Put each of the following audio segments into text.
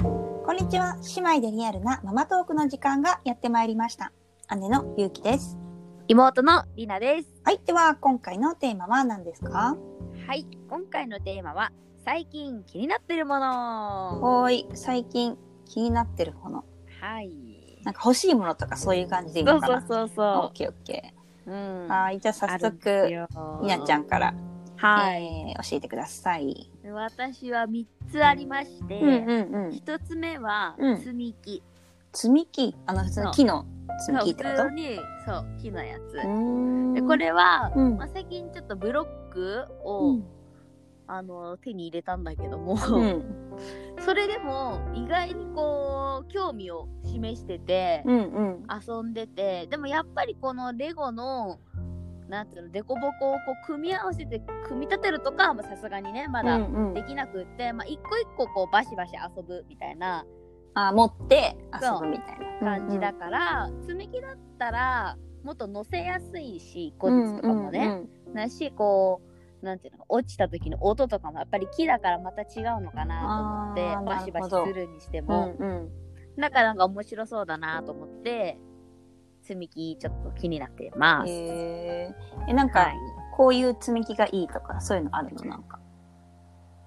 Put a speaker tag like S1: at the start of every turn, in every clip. S1: こんにちは姉妹でリアルなママトークの時間がやってまいりました姉のゆうきです
S2: 妹のりなです。
S1: はいでは今回のテーマは何ですか
S2: はい、今回のテーマは最近気になってるもの。
S1: おーい最近気になってるもの
S2: はい。
S1: なんか欲しいものとかそういう感じでいい
S2: そ
S1: の
S2: う
S1: か
S2: そ
S1: な
S2: うそう
S1: オッ
S2: そ
S1: ケーオッケ
S2: う。う
S1: ー。
S2: ん
S1: はいじゃあ早
S2: あるんです
S1: 速
S2: よ
S1: りなちゃん。から、
S2: は
S1: えー教えてください、
S2: い。私は三つありまして、
S1: うんうん
S2: 一つ目は
S1: うん
S2: 積み木。
S1: 積み木あの普通の木の積み木ってこ
S2: そう
S1: と
S2: 普通にそう木のや
S1: う
S2: つ。
S1: ーん
S2: でこれは、
S1: うん
S2: まあ最近ちょっとブロック
S1: う
S2: を、
S1: ん
S2: あの手に入れたんだけども、
S1: うん
S2: それでも意外にこう興味を示してて。
S1: うんうん
S2: 遊んでてでもやっぱりこのレゴのなんていうのデコボコをこう組み合わせて組み立てるとかはまあさすがにねま
S1: う
S2: だ
S1: んうん
S2: できなくって、まあ、一個一個こうバシバシ遊ぶみたいな
S1: あ持って遊ぶみたいな
S2: 感じだから、積み木だったらもっと乗せやすいし個ずつとかもね、
S1: うんうん
S2: なしこうなんていうの落ちた時の音とかもやっぱり木だからまた違うのかなと
S1: あ
S2: 思
S1: ー
S2: ってバシバ
S1: なるほど
S2: シするにして
S1: う
S2: も、
S1: んうん
S2: なんかなんか面白そうだなと思って積み木ちょっと気になってます。
S1: へーえなん
S2: は
S1: かこういう積み木がいいとかそういうのあるのなんか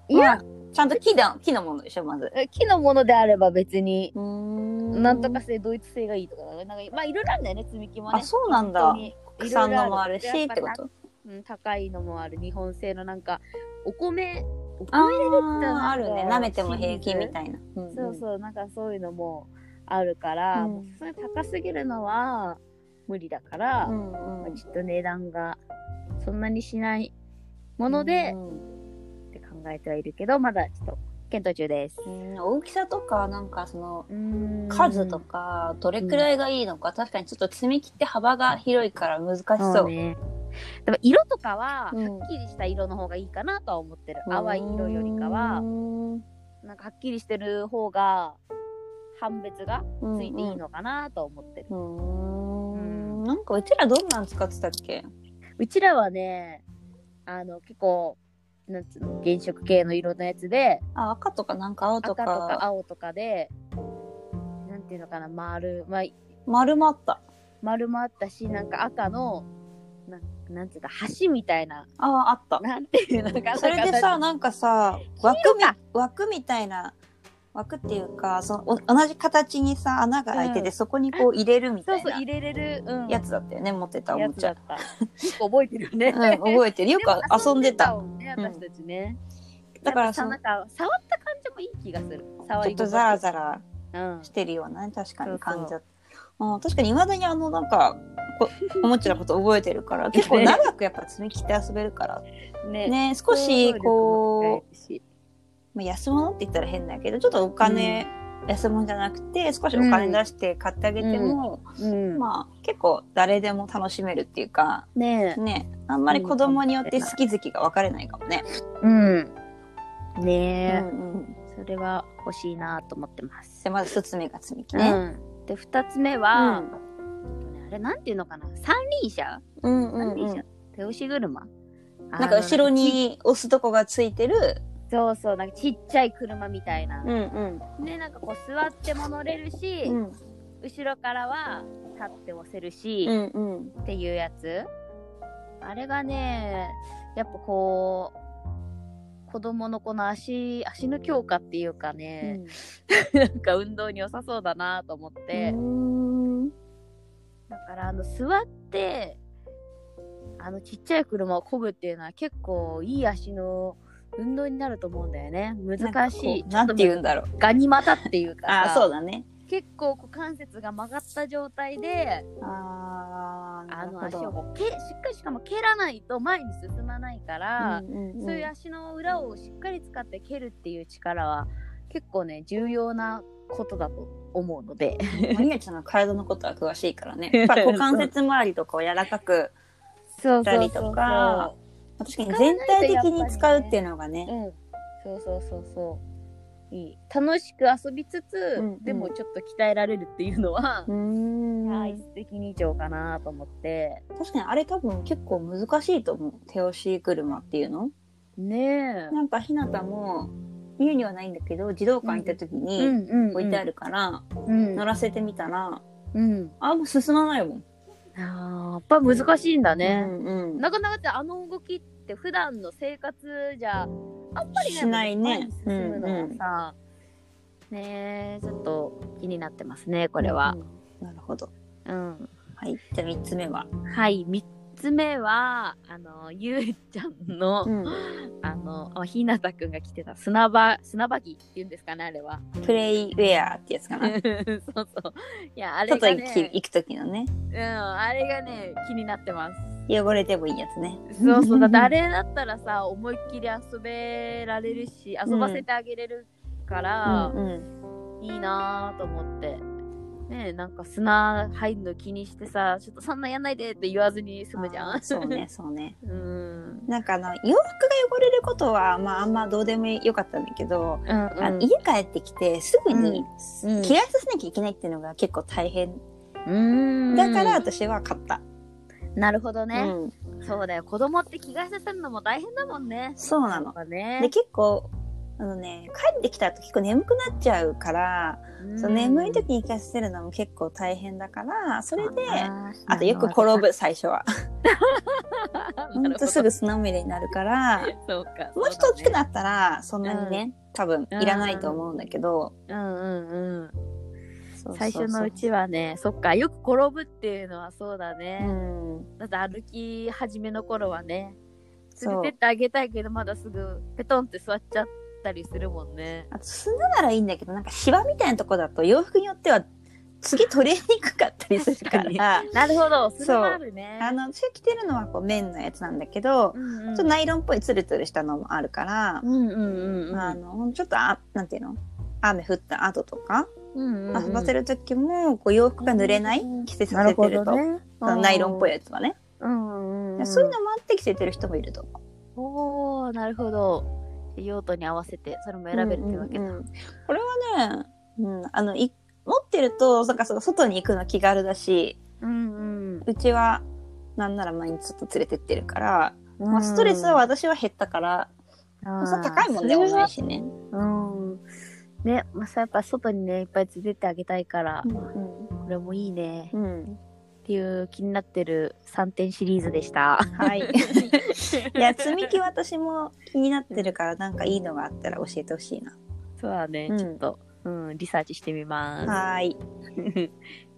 S2: い、い
S1: ま
S2: や、
S1: あちゃんと木だ木のものでしょまず
S2: 木のものであれば別に、
S1: うーん
S2: なんとか性同一性がいいとかなんかまあいろいろあるんだよね積み木もね
S1: あそうなん
S2: 本
S1: だ
S2: 当に
S1: 国産のもあるし
S2: いろいろ
S1: ってこ
S2: やぱ
S1: と
S2: たうん高いのもある日本製のなんかお米お
S1: あ
S2: 米
S1: ああるね舐めても平気みたいな
S2: そうそうなんかそういうのもあるから、
S1: うん
S2: もうそれ高すぎるのは無理だから、
S1: うん
S2: ま
S1: う
S2: あ
S1: ん
S2: ちょっと値段がそんなにしないもので、
S1: うん
S2: って考えてはいるけどまだちょっと検討中です。
S1: うん大きさとかなんかその
S2: うん
S1: 数とかどれくらいがいいのか、確かにちょっと積み木って幅が広いから難しそう
S2: そうね。でも色とかは、
S1: うん
S2: はっきりした色の方がいいかなとは思ってる。
S1: うん
S2: 淡い色よりかは、
S1: うん
S2: なんかはっきりしてる方が、判別がついていいのかなと思ってる。
S1: うー
S2: うん
S1: なんかうちらどんなん使ってたっけ
S2: うちらはね、あの、結構、なんつうの、原色系の色のやつで、
S1: あ赤とかなんか青と
S2: 赤と
S1: か
S2: か青とかで、なんていうのかな、丸、まあ、
S1: 丸まった
S2: 丸もあったし、なんか赤の、なんなんつうか、橋みたいな、
S1: あああった
S2: なんていうのかな。
S1: それでさ
S2: 形
S1: なんかさ枠み枠みたいな枠っていうかそのお同じ形にさ穴が開いてて、
S2: うん
S1: そこにこう入れるみ
S2: そ
S1: た
S2: う
S1: い
S2: そう、
S1: な
S2: 入れれる。うん。
S1: やつだったよね持ってたおもちゃ
S2: やつだった。結構覚えてるよね。
S1: うん、覚えてるよく遊んでた
S2: も遊んでたもんね、私たちね。
S1: だからそ
S2: さ、
S1: の
S2: なんか触った感じもいい気がする。触
S1: ちょっ
S2: り
S1: と
S2: 心地
S1: ザラザラ
S2: うん
S1: し。てるようなね確かに感じ
S2: そ
S1: だったうん確かにいまだにあのなんかこおもちゃのこと覚えてる から結構長くやっぱ積み切って遊べるから
S2: ね。
S1: ね少しこう
S2: う。し
S1: まあ、安物って言ったら変だけどちょっとお金、安物じゃなくて少しお金出して買ってあげても、
S2: うん。
S1: まあ結構誰でも楽しめるっていうか
S2: ね
S1: ねあんまり子供によって好き好きが分かれないかもね。
S2: うん。
S1: うん
S2: ね
S1: うん、
S2: それは欲しいなと思ってます。
S1: でまず一つ目が積み木
S2: う
S1: ね。
S2: ん。で、二つ目
S1: う
S2: は、
S1: ん
S2: あれ、なんていうのかな三輪車
S1: うんう
S2: 三
S1: んう
S2: 輪
S1: ん
S2: 車手押し車
S1: なんか後ろ。
S2: あの
S1: に押すとこがついてる。
S2: そうそう、なんかちっちゃい車みたいな。
S1: うんうん
S2: ね、なんかこう座っても乗れるし、
S1: うん
S2: 後ろからは立って押せるし、
S1: うんうん
S2: っていうやつあれがねやっぱこう子供のこの足足の強化っていうかね、なんか運動に良さそうだなと思って、
S1: うん
S2: だからあの座ってあのちっちゃい車を漕ぐっていうのは結構いい足の運動になると思うんだよね難しい
S1: なんかこうなんて言
S2: ちょ
S1: う
S2: っ
S1: んだろう。
S2: とガニ股っていうか
S1: あ
S2: さ
S1: あそうだね。
S2: 結構股関節が曲がった状態で
S1: ああ
S2: あの
S1: なる
S2: 足
S1: ほど。
S2: をこうけしっかりしかも蹴らないと前に進まないから、
S1: そ
S2: そういう足の裏をしっかり使って蹴るっていう力は結構ね重要なことだと思うので
S1: マリアちゃんの体のことは詳しい からね。やっぱ股関節周りとかを柔らかく、
S2: そ う
S1: そうそうそう確かに全体的に使うっていうのがね。
S2: うん、そうそうそうそういい楽しく遊びつつ、
S1: うんうん
S2: でもちょっと鍛えられるっていうのは
S1: う、ん
S2: 体質的に上かなと思って
S1: 確かにあれ多分結構難しいと思う。手押し車っていうの。
S2: ねえ
S1: なんかひなたも、家にはないんだけど、児童館行った時に
S2: 置
S1: 置いてあるから、
S2: うん
S1: 乗らせてみたら、
S2: うん
S1: あ、もう進まないもん。
S2: あーやっぱ難しいんだね、
S1: うんうん。
S2: なかなかってあの動きって普段の生活じゃあんまり
S1: しないね
S2: 前に進むのがさ、ねえちょっと気になってますねこれは、
S1: うん。なるほど。
S2: うん
S1: はい。じゃあ3つ目は。
S2: はい3つ目はあのゆうちゃんの、
S1: うん
S2: あのあひなたくんが着てた砂場砂場着っていうんですかねあれは
S1: プレイウェアってやつかな。
S2: そうそういやあれ
S1: 外
S2: が
S1: 行き
S2: ね
S1: 行く時のね。
S2: うんあれがね気になってます
S1: 汚れてもいいやつね。
S2: そうそう、だってあれだったらさ、思いっきり遊べられるし、遊ばせてあげれるから、
S1: うんうん。
S2: いいなぁと思って。ねえ、なんか砂入るの気にしてさ、ちょっとそんなやんないでって言わずに済むじゃ
S1: あー
S2: ん。
S1: そう。ね、そうね。
S2: うん。
S1: なんかあの、洋服が汚れることは、まああんまどうでもよかったんだけど、
S2: うん、
S1: あの家帰ってきてすぐに着
S2: うん
S1: 替えさせなきゃいけないっていうのが結構大変。
S2: うん。
S1: だから、私は買った。
S2: なるほど
S1: う
S2: ね、
S1: ん。
S2: そうだよ。子供って着替えさせるのも大変だもんね。
S1: そうな
S2: やっ
S1: の。
S2: ぱね。
S1: で、結構、あのね、帰ってきた後結構眠くなっちゃうから、
S2: うん
S1: その眠い時に行かせてるのも結構大変だから、それで、
S2: あー
S1: あとよく転。ぶ、最初は。
S2: なるほど
S1: ほんとすぐ砂まみれになるから、
S2: そうか。
S1: もうちょっと大きくなったら、そんなにね、多分いらないと思うんだけど、
S2: うんうんうん。
S1: そうそうそう
S2: 最初のう。ちはねそっかよく転ぶっていうのはそうだ
S1: う
S2: ね、
S1: ん。
S2: だって歩き始めの頃はね連
S1: そう
S2: れてってあげたいけどまだすぐペトンって座っちゃったりするもんね
S1: あと砂ならいいんだけど、なんか芝みたいなとこだと洋服によっては、次取れにくかったりするから、
S2: 確なるほどそれもあるね
S1: あの、私が着てるのはこう綿のやつなんだけど、
S2: うんう
S1: ちょっと
S2: ん
S1: ナイロンっぽいツルツルしたのもあるから、
S2: うんうんうん
S1: あの、ちょっとあ、なんていうの雨降った後とか、
S2: うんうん
S1: 遊ばせる時も、こう洋服が濡れない
S2: うん
S1: 着せさ
S2: な
S1: せ
S2: る
S1: て
S2: ほ
S1: る
S2: ど
S1: と。
S2: ね
S1: そのナイロンっぽい
S2: い
S1: やつはね。
S2: うんうんうん
S1: そういうのもあって着せてる人もいると思う。
S2: おーなるほど用途に合わせてそれも選べるってわけだ、
S1: うんうんうんこれはね、うん、あの、い持ってると、なんかその外に行くの気軽だし、
S2: うん
S1: うちは、なんなら毎日ちょっと連れてってるから、
S2: うん
S1: まあ、ストレスは私は減ったから、
S2: あー
S1: それ高いもんね、
S2: それは
S1: 重いしね。
S2: うん。ね、まさやっぱ外にね、いっぱい連れてってあげたいから、これもいいね。
S1: うんうん。
S2: っていう気になってる3点シリーズで した。
S1: はい。いや、積み木私も気になってるから、なんかいいのがあったら教えてほしいな。
S2: そうだね、
S1: うん
S2: ちょっと、うん、リサーチしてみま
S1: はーい。
S2: す。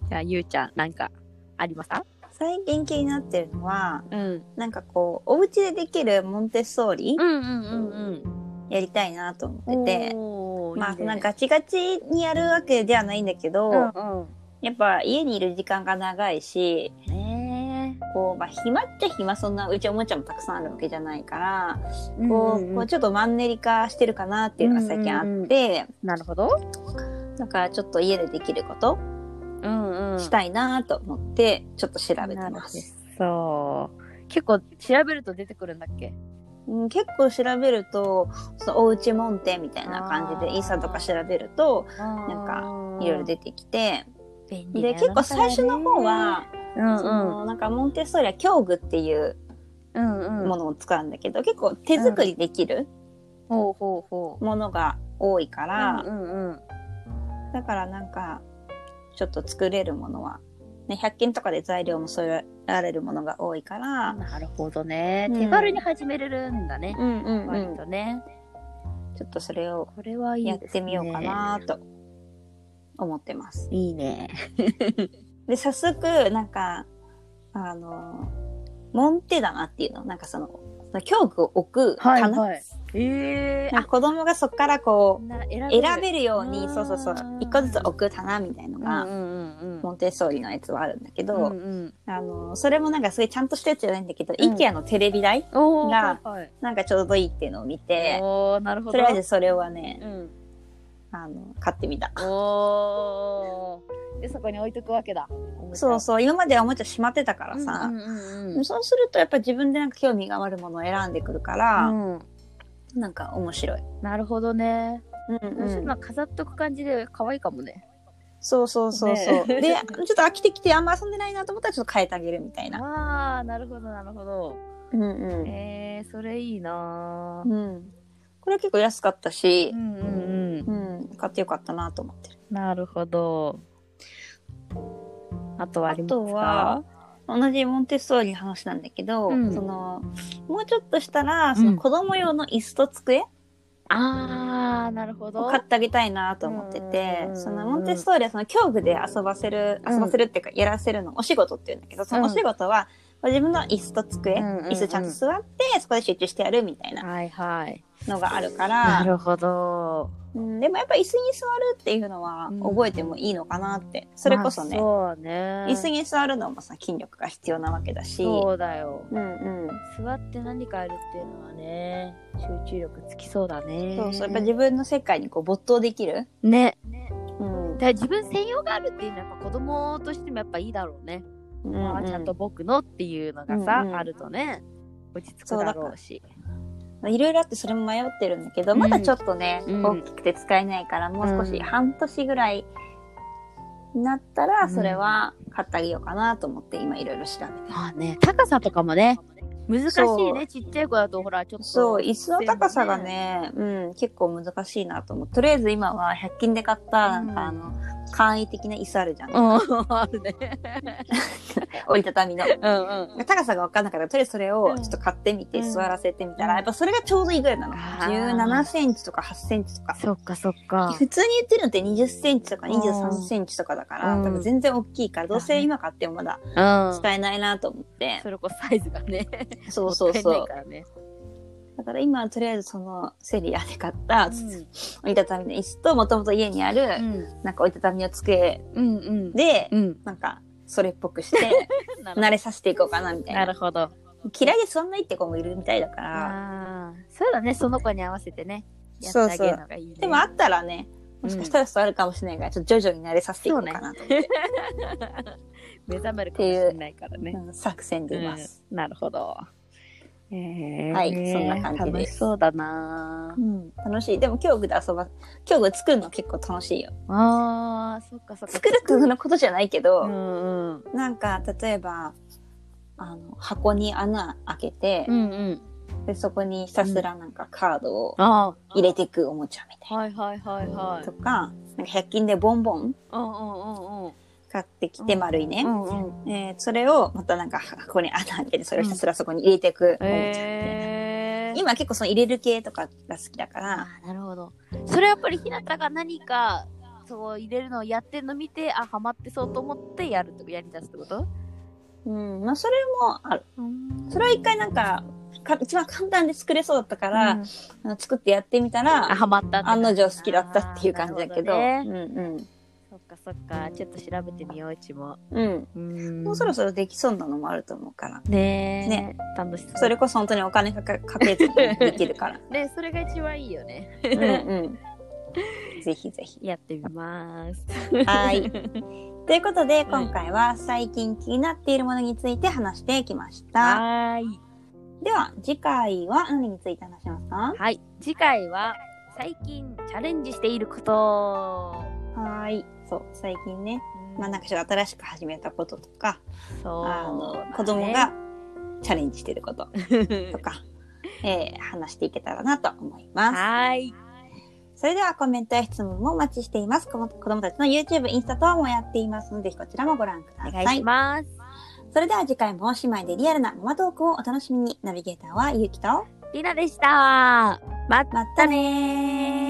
S2: じゃあ、ゆうちゃん、なんかありますか
S1: 最近気になってるのは、
S2: うん。
S1: なんかこう、お家でできるモンテッソーリ
S2: うんうんうん
S1: やりたいなと思
S2: うん。
S1: ってて、
S2: おー
S1: まあ、
S2: いいね
S1: そんなガチガチにやるわけではないんだけど、
S2: うんうん。
S1: やっぱ家にいる時間が長いし、
S2: ね
S1: こう、まあ、暇っちゃ暇、そんな、うちおもちゃもたくさんあるわけじゃないから、
S2: え
S1: こう、
S2: んん
S1: こ
S2: ん
S1: うちょっとマンネリ化してるかなっていうのが最近あって、
S2: なるほど。
S1: だからちょっと家でできること
S2: うんうん。
S1: したいなと思って、ちょっと調べて
S2: なる
S1: ま
S2: ほ
S1: す。
S2: どそう。結構調べると出てくるんだっけ
S1: うん、結構調べると、そのおうちモンテみたいな感じ
S2: あ
S1: で、
S2: ー
S1: インスタとか調べると、
S2: なん
S1: かいろいろ出てきて、
S2: 便利
S1: で、
S2: だよ
S1: 結構最初の方、は、
S2: うん、
S1: そうのなんかモンテッソーリは教具っていうん
S2: うんう
S1: も
S2: ん。
S1: のを使うんだけど、結構手作りできる
S2: ほうほうほう。
S1: ものが多いから、
S2: うんうん
S1: だからなんか、ちょっと作れるものは、ね、100均とかで材料も揃えられるものが多いから、
S2: なるほどね。
S1: うん
S2: 手軽に始めれるんだね。
S1: うんうんう
S2: 割
S1: ん、
S2: とね。
S1: ちょっとそれを
S2: これはいい
S1: やっ
S2: です
S1: て
S2: ね
S1: みようか。なと思ってます。
S2: いいね。
S1: で、早速、なんか、あの、モンテ棚っていうの、なんかその、その教具を置く棚、
S2: い。ええ
S1: なんか子供がそこからこう、選べ
S2: る
S1: るよう
S2: あ
S1: に、
S2: ー
S1: そうそうそう、一個ずつ置く棚みたいの
S2: うん
S1: が、
S2: うんうん
S1: モンテッソーリのやつはあるんだけど、
S2: うんうん
S1: あの、それもなんかすごいちゃんとしたやつじゃないんだけど、
S2: うん
S1: IKEA のテレビ台
S2: おー
S1: が
S2: はいはい
S1: なんかちょうどいいっていうのを見て、
S2: おーなるほ
S1: と
S2: ど。
S1: りあえずそれはね、
S2: うん。
S1: あの、買ってみた。
S2: おーで、そこに置いとくわけだ。
S1: そうそう、今まではおもちゃしまってたから
S2: う
S1: さ
S2: ん、うんうん
S1: そうするとやっぱ自分でなんか興味があるものを選んでくるから、
S2: うん。
S1: なんか面白い。
S2: なるほどね。
S1: うん
S2: ちょっと
S1: うん
S2: なんか飾っとく感じで可愛いかもね。
S1: そうそうそうそう。
S2: ね
S1: で、ちょっと飽きてきてあんま遊んでないなと思ったらちょっと変えてあげるみたいな。
S2: ああ、なるほど、なるほど。
S1: うんうん。
S2: えー、それいいな
S1: うん。これは結構安かったし
S2: う、んうんうん
S1: うん、買ってよかったなと思ってる。
S2: なるほどあとはあ
S1: あ
S2: りますか
S1: とは、同じモンテッソーリの話なんだけど、
S2: うん
S1: その、もうちょっとしたら、その子供用の椅子と机
S2: あーなるほど
S1: を買ってあげたいなと思ってて
S2: う、ん
S1: そのモンテッソーリはその教具で遊ばせる、
S2: うん
S1: 遊ばせるっていうか、やらせるの、お仕事っていうんだけど、そのお仕事は、自分の椅子と机、
S2: うんうんうん
S1: 椅子ちゃんと座って、そこで集中してやるみたいな
S2: はいはい
S1: のがあるか
S2: な
S1: ら、
S2: るほど
S1: うん、でもやっぱ椅子に座るっていうのは
S2: うん
S1: 覚えてもいいのかなって、それこそね、
S2: まあそうね
S1: 椅子に座るのもさ、筋力が必要なわけだし、
S2: そうだよ
S1: うんうん。
S2: 座って何かやるっていうのはね集中力つきそうだね
S1: そうそう、やっぱ自分の世界にこう没頭できる。
S2: ね
S1: うん
S2: だから自分専用があるっていうのはやっぱ子供としてもやっぱいいだろうね、まあちゃんと僕のっていうのがさ、
S1: うんうん
S2: あるとね落ち着くだろうし
S1: いろいろあってそれも迷ってるんだけど、
S2: うん
S1: まだちょっとね、
S2: うん
S1: 大きくて使えないから、もう少
S2: う
S1: し
S2: ん
S1: 半年ぐらいになった
S2: う
S1: ら、
S2: ん
S1: それは買ってあげようかなと思って、今いろいろ調べて。
S2: まあね高さとかもね難しい
S1: そう
S2: ねちっちゃい子だとほらちょっと
S1: そう、椅子の高さがね、うん、結構難しいなと思う。とりあえず今は100均で買った、なんかあの、簡易的な椅子あるじゃん。
S2: うん あるね
S1: 折りたたみの。
S2: うんうん
S1: 高さが分かんなかったから、とりあえずそれをちょっと買ってみて、
S2: うん
S1: 座らせてみたら、やっぱそれがちょうどいいぐらいなの。
S2: あー
S1: 17センチとか8センチとか。
S2: そっかそっか
S1: 普通に言ってるのって20センチとか23センチとかだから、
S2: うん
S1: 多分全然大きいから、どうせ今買ってもまだ
S2: うん
S1: 使えないなと思って。
S2: それこそサイズがね
S1: そうそう
S2: もったい
S1: そ
S2: な
S1: う
S2: い。からね
S1: だから今はとりあえずそのセリアで買った
S2: うん
S1: 折りたたみの椅子と、もともと家にある、なんか折りたたみの机
S2: うんうん
S1: で、
S2: うん
S1: なんか、それっぽく して、慣れさせていこうかなみたい
S2: な
S1: な。
S2: るほど
S1: 嫌いでそんないって子もいるみたいだから。
S2: ああーそうだねその子に合わせてねやって
S1: そう
S2: あ
S1: そ
S2: げる
S1: う。
S2: のがいいね
S1: でもあったらね、もしかしたらそうあるかもしれないから、ちょっと徐々に慣れさせていこうかなと、
S2: 目覚めるかもしれないからね
S1: うん作戦でいます。
S2: うんなるほどえー
S1: はいそんな感じです
S2: 楽しそうだな
S1: うん楽しい。でも教具で遊ば、教具作るの結構楽しいよ。
S2: あーそっかそっか
S1: 作る工夫のことじゃないけ
S2: う
S1: ど、
S2: んうん
S1: なんか例えば、あの、箱に穴開けて、
S2: うんうん
S1: で、そこにひたすらなんかカードを
S2: あ
S1: 入れていくおもちゃみ
S2: ーはいはいはい
S1: た
S2: はい
S1: な。
S2: い
S1: とか、なんか100均でボンボン
S2: うんう
S1: 買ってきて丸いね。
S2: んうんうんうんうん
S1: えーそれをまたなんか箱に穴開けて、それをひたすらそこに入れていくおもちゃみたいな。
S2: えー
S1: 今結構その入れる系とかが好きだから、
S2: あーなるほどそれやっぱりひなたが何かそう入れるのをやってんの見てあハマってそうと思ってやるってことやりだすってこと
S1: うん、まあそれもある。それは一回なんか、か一番簡単で作れそうだったから、
S2: うん
S1: あの作ってやってみた
S2: あ
S1: ら、
S2: ハマったって
S1: 案の定好きだったっていう感じだけど、
S2: あーなるほ
S1: う
S2: ね
S1: ん
S2: そっかそっかちょっと調べてみよううちも
S1: うん。うん。も
S2: も
S1: うそろそろできそうなのもあると思うから。
S2: ねえ
S1: ね
S2: 楽しそう
S1: それこそ本当にお金かかかけずにできる から。
S2: でそれが一番いいよね
S1: うんうん。ぜひぜひ。
S2: やってみます
S1: はい。 ということで、今回は最近気になっているものについて話してきました。
S2: はーい
S1: では、次回は何について話しますか
S2: はい次回は最近チャレンジしていること
S1: はーい。そう、最近ね、まあなんかちょっと新しく始めたこととか、
S2: そう
S1: あの、子供がチャレンジしてる こととか、えー話していけたらなと思います。
S2: はい
S1: それではコメントや質問もお待ちしています。この子供たちの YouTube、インスタ等もやっていますので、こちらもご覧くだ
S2: お
S1: さ
S2: 願い
S1: い
S2: し。ます
S1: それでは次回もおしまいでリアルなママトークをお楽しみに。ナビゲーターはゆうきと、
S2: りなでしたま
S1: またねー。